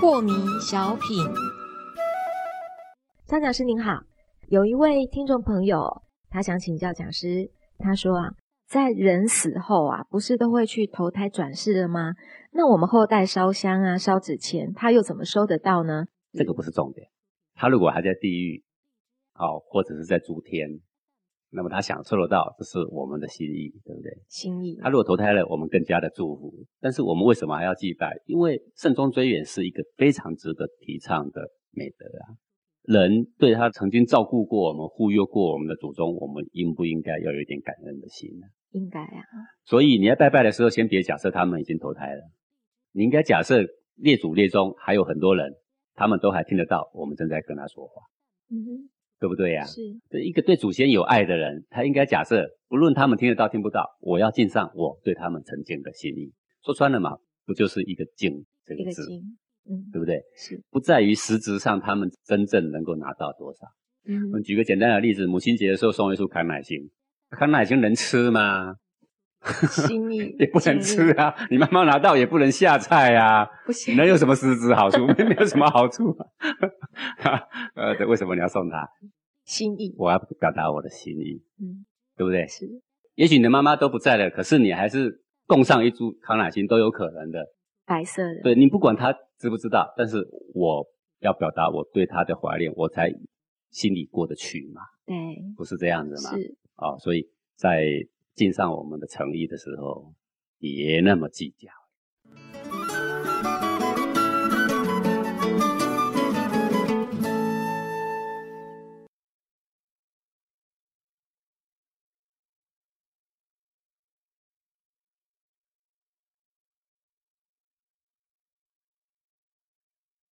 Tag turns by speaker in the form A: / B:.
A: 破迷小品，张讲师您好，有一位听众朋友，他想请教讲师，他说啊，在人死后啊，不是都会去投胎转世了吗？那我们后代烧香啊、烧纸钱，他又怎么收得到呢？
B: 这个不是重点。他如果还在地狱，哦，或者是在诸天，那么他享受得到，这是我们的心意，对不对？
A: 心意
B: 他如果投胎了，我们更加的祝福。但是我们为什么还要祭拜？因为慎终追远是一个非常值得提倡的美德啊。人对他曾经照顾过我们、忽悠过我们的祖宗，我们应不应该要有一点感恩的心呢、
A: 应该啊，
B: 所以你在拜拜的时候，先别假设他们已经投胎了，你应该假设列祖列宗还有很多人，他们都还听得到我们正在跟他说话，
A: 嗯
B: 对不对呀、
A: 哼，是
B: 对一个对祖先有爱的人，他应该假设，不论他们听得到听不到，我要尽上我对他们曾经的心意。说穿了嘛，不就是一个敬这
A: 一
B: 个
A: 个
B: 字，
A: 经，嗯，
B: 对不对？
A: 是，
B: 不在于实质上他们真正能够拿到多少。
A: 嗯
B: 我们举个简单的例子，母亲节的时候送一束康乃馨，康乃馨能吃吗？
A: 心意
B: 也不能吃啊，你妈妈拿到也不能下菜啊，
A: 不行
B: 能有什么实质好处？ 没有什么好处、啊。 呃，对为什么你要送她？
A: 心意，
B: 我要表达我的心意，
A: 嗯，
B: 对不对？
A: 是，
B: 也许你的妈妈都不在了，可是你还是供上一株康乃馨都有可能的。
A: 白色的，
B: 对你不管她知不知道，但是我要表达我对她的怀念，我才心里过得去嘛，
A: 对，
B: 不是这样子吗？哦
A: 是，
B: 啊、所以在尽上我们的诚意的时候，别那么计较。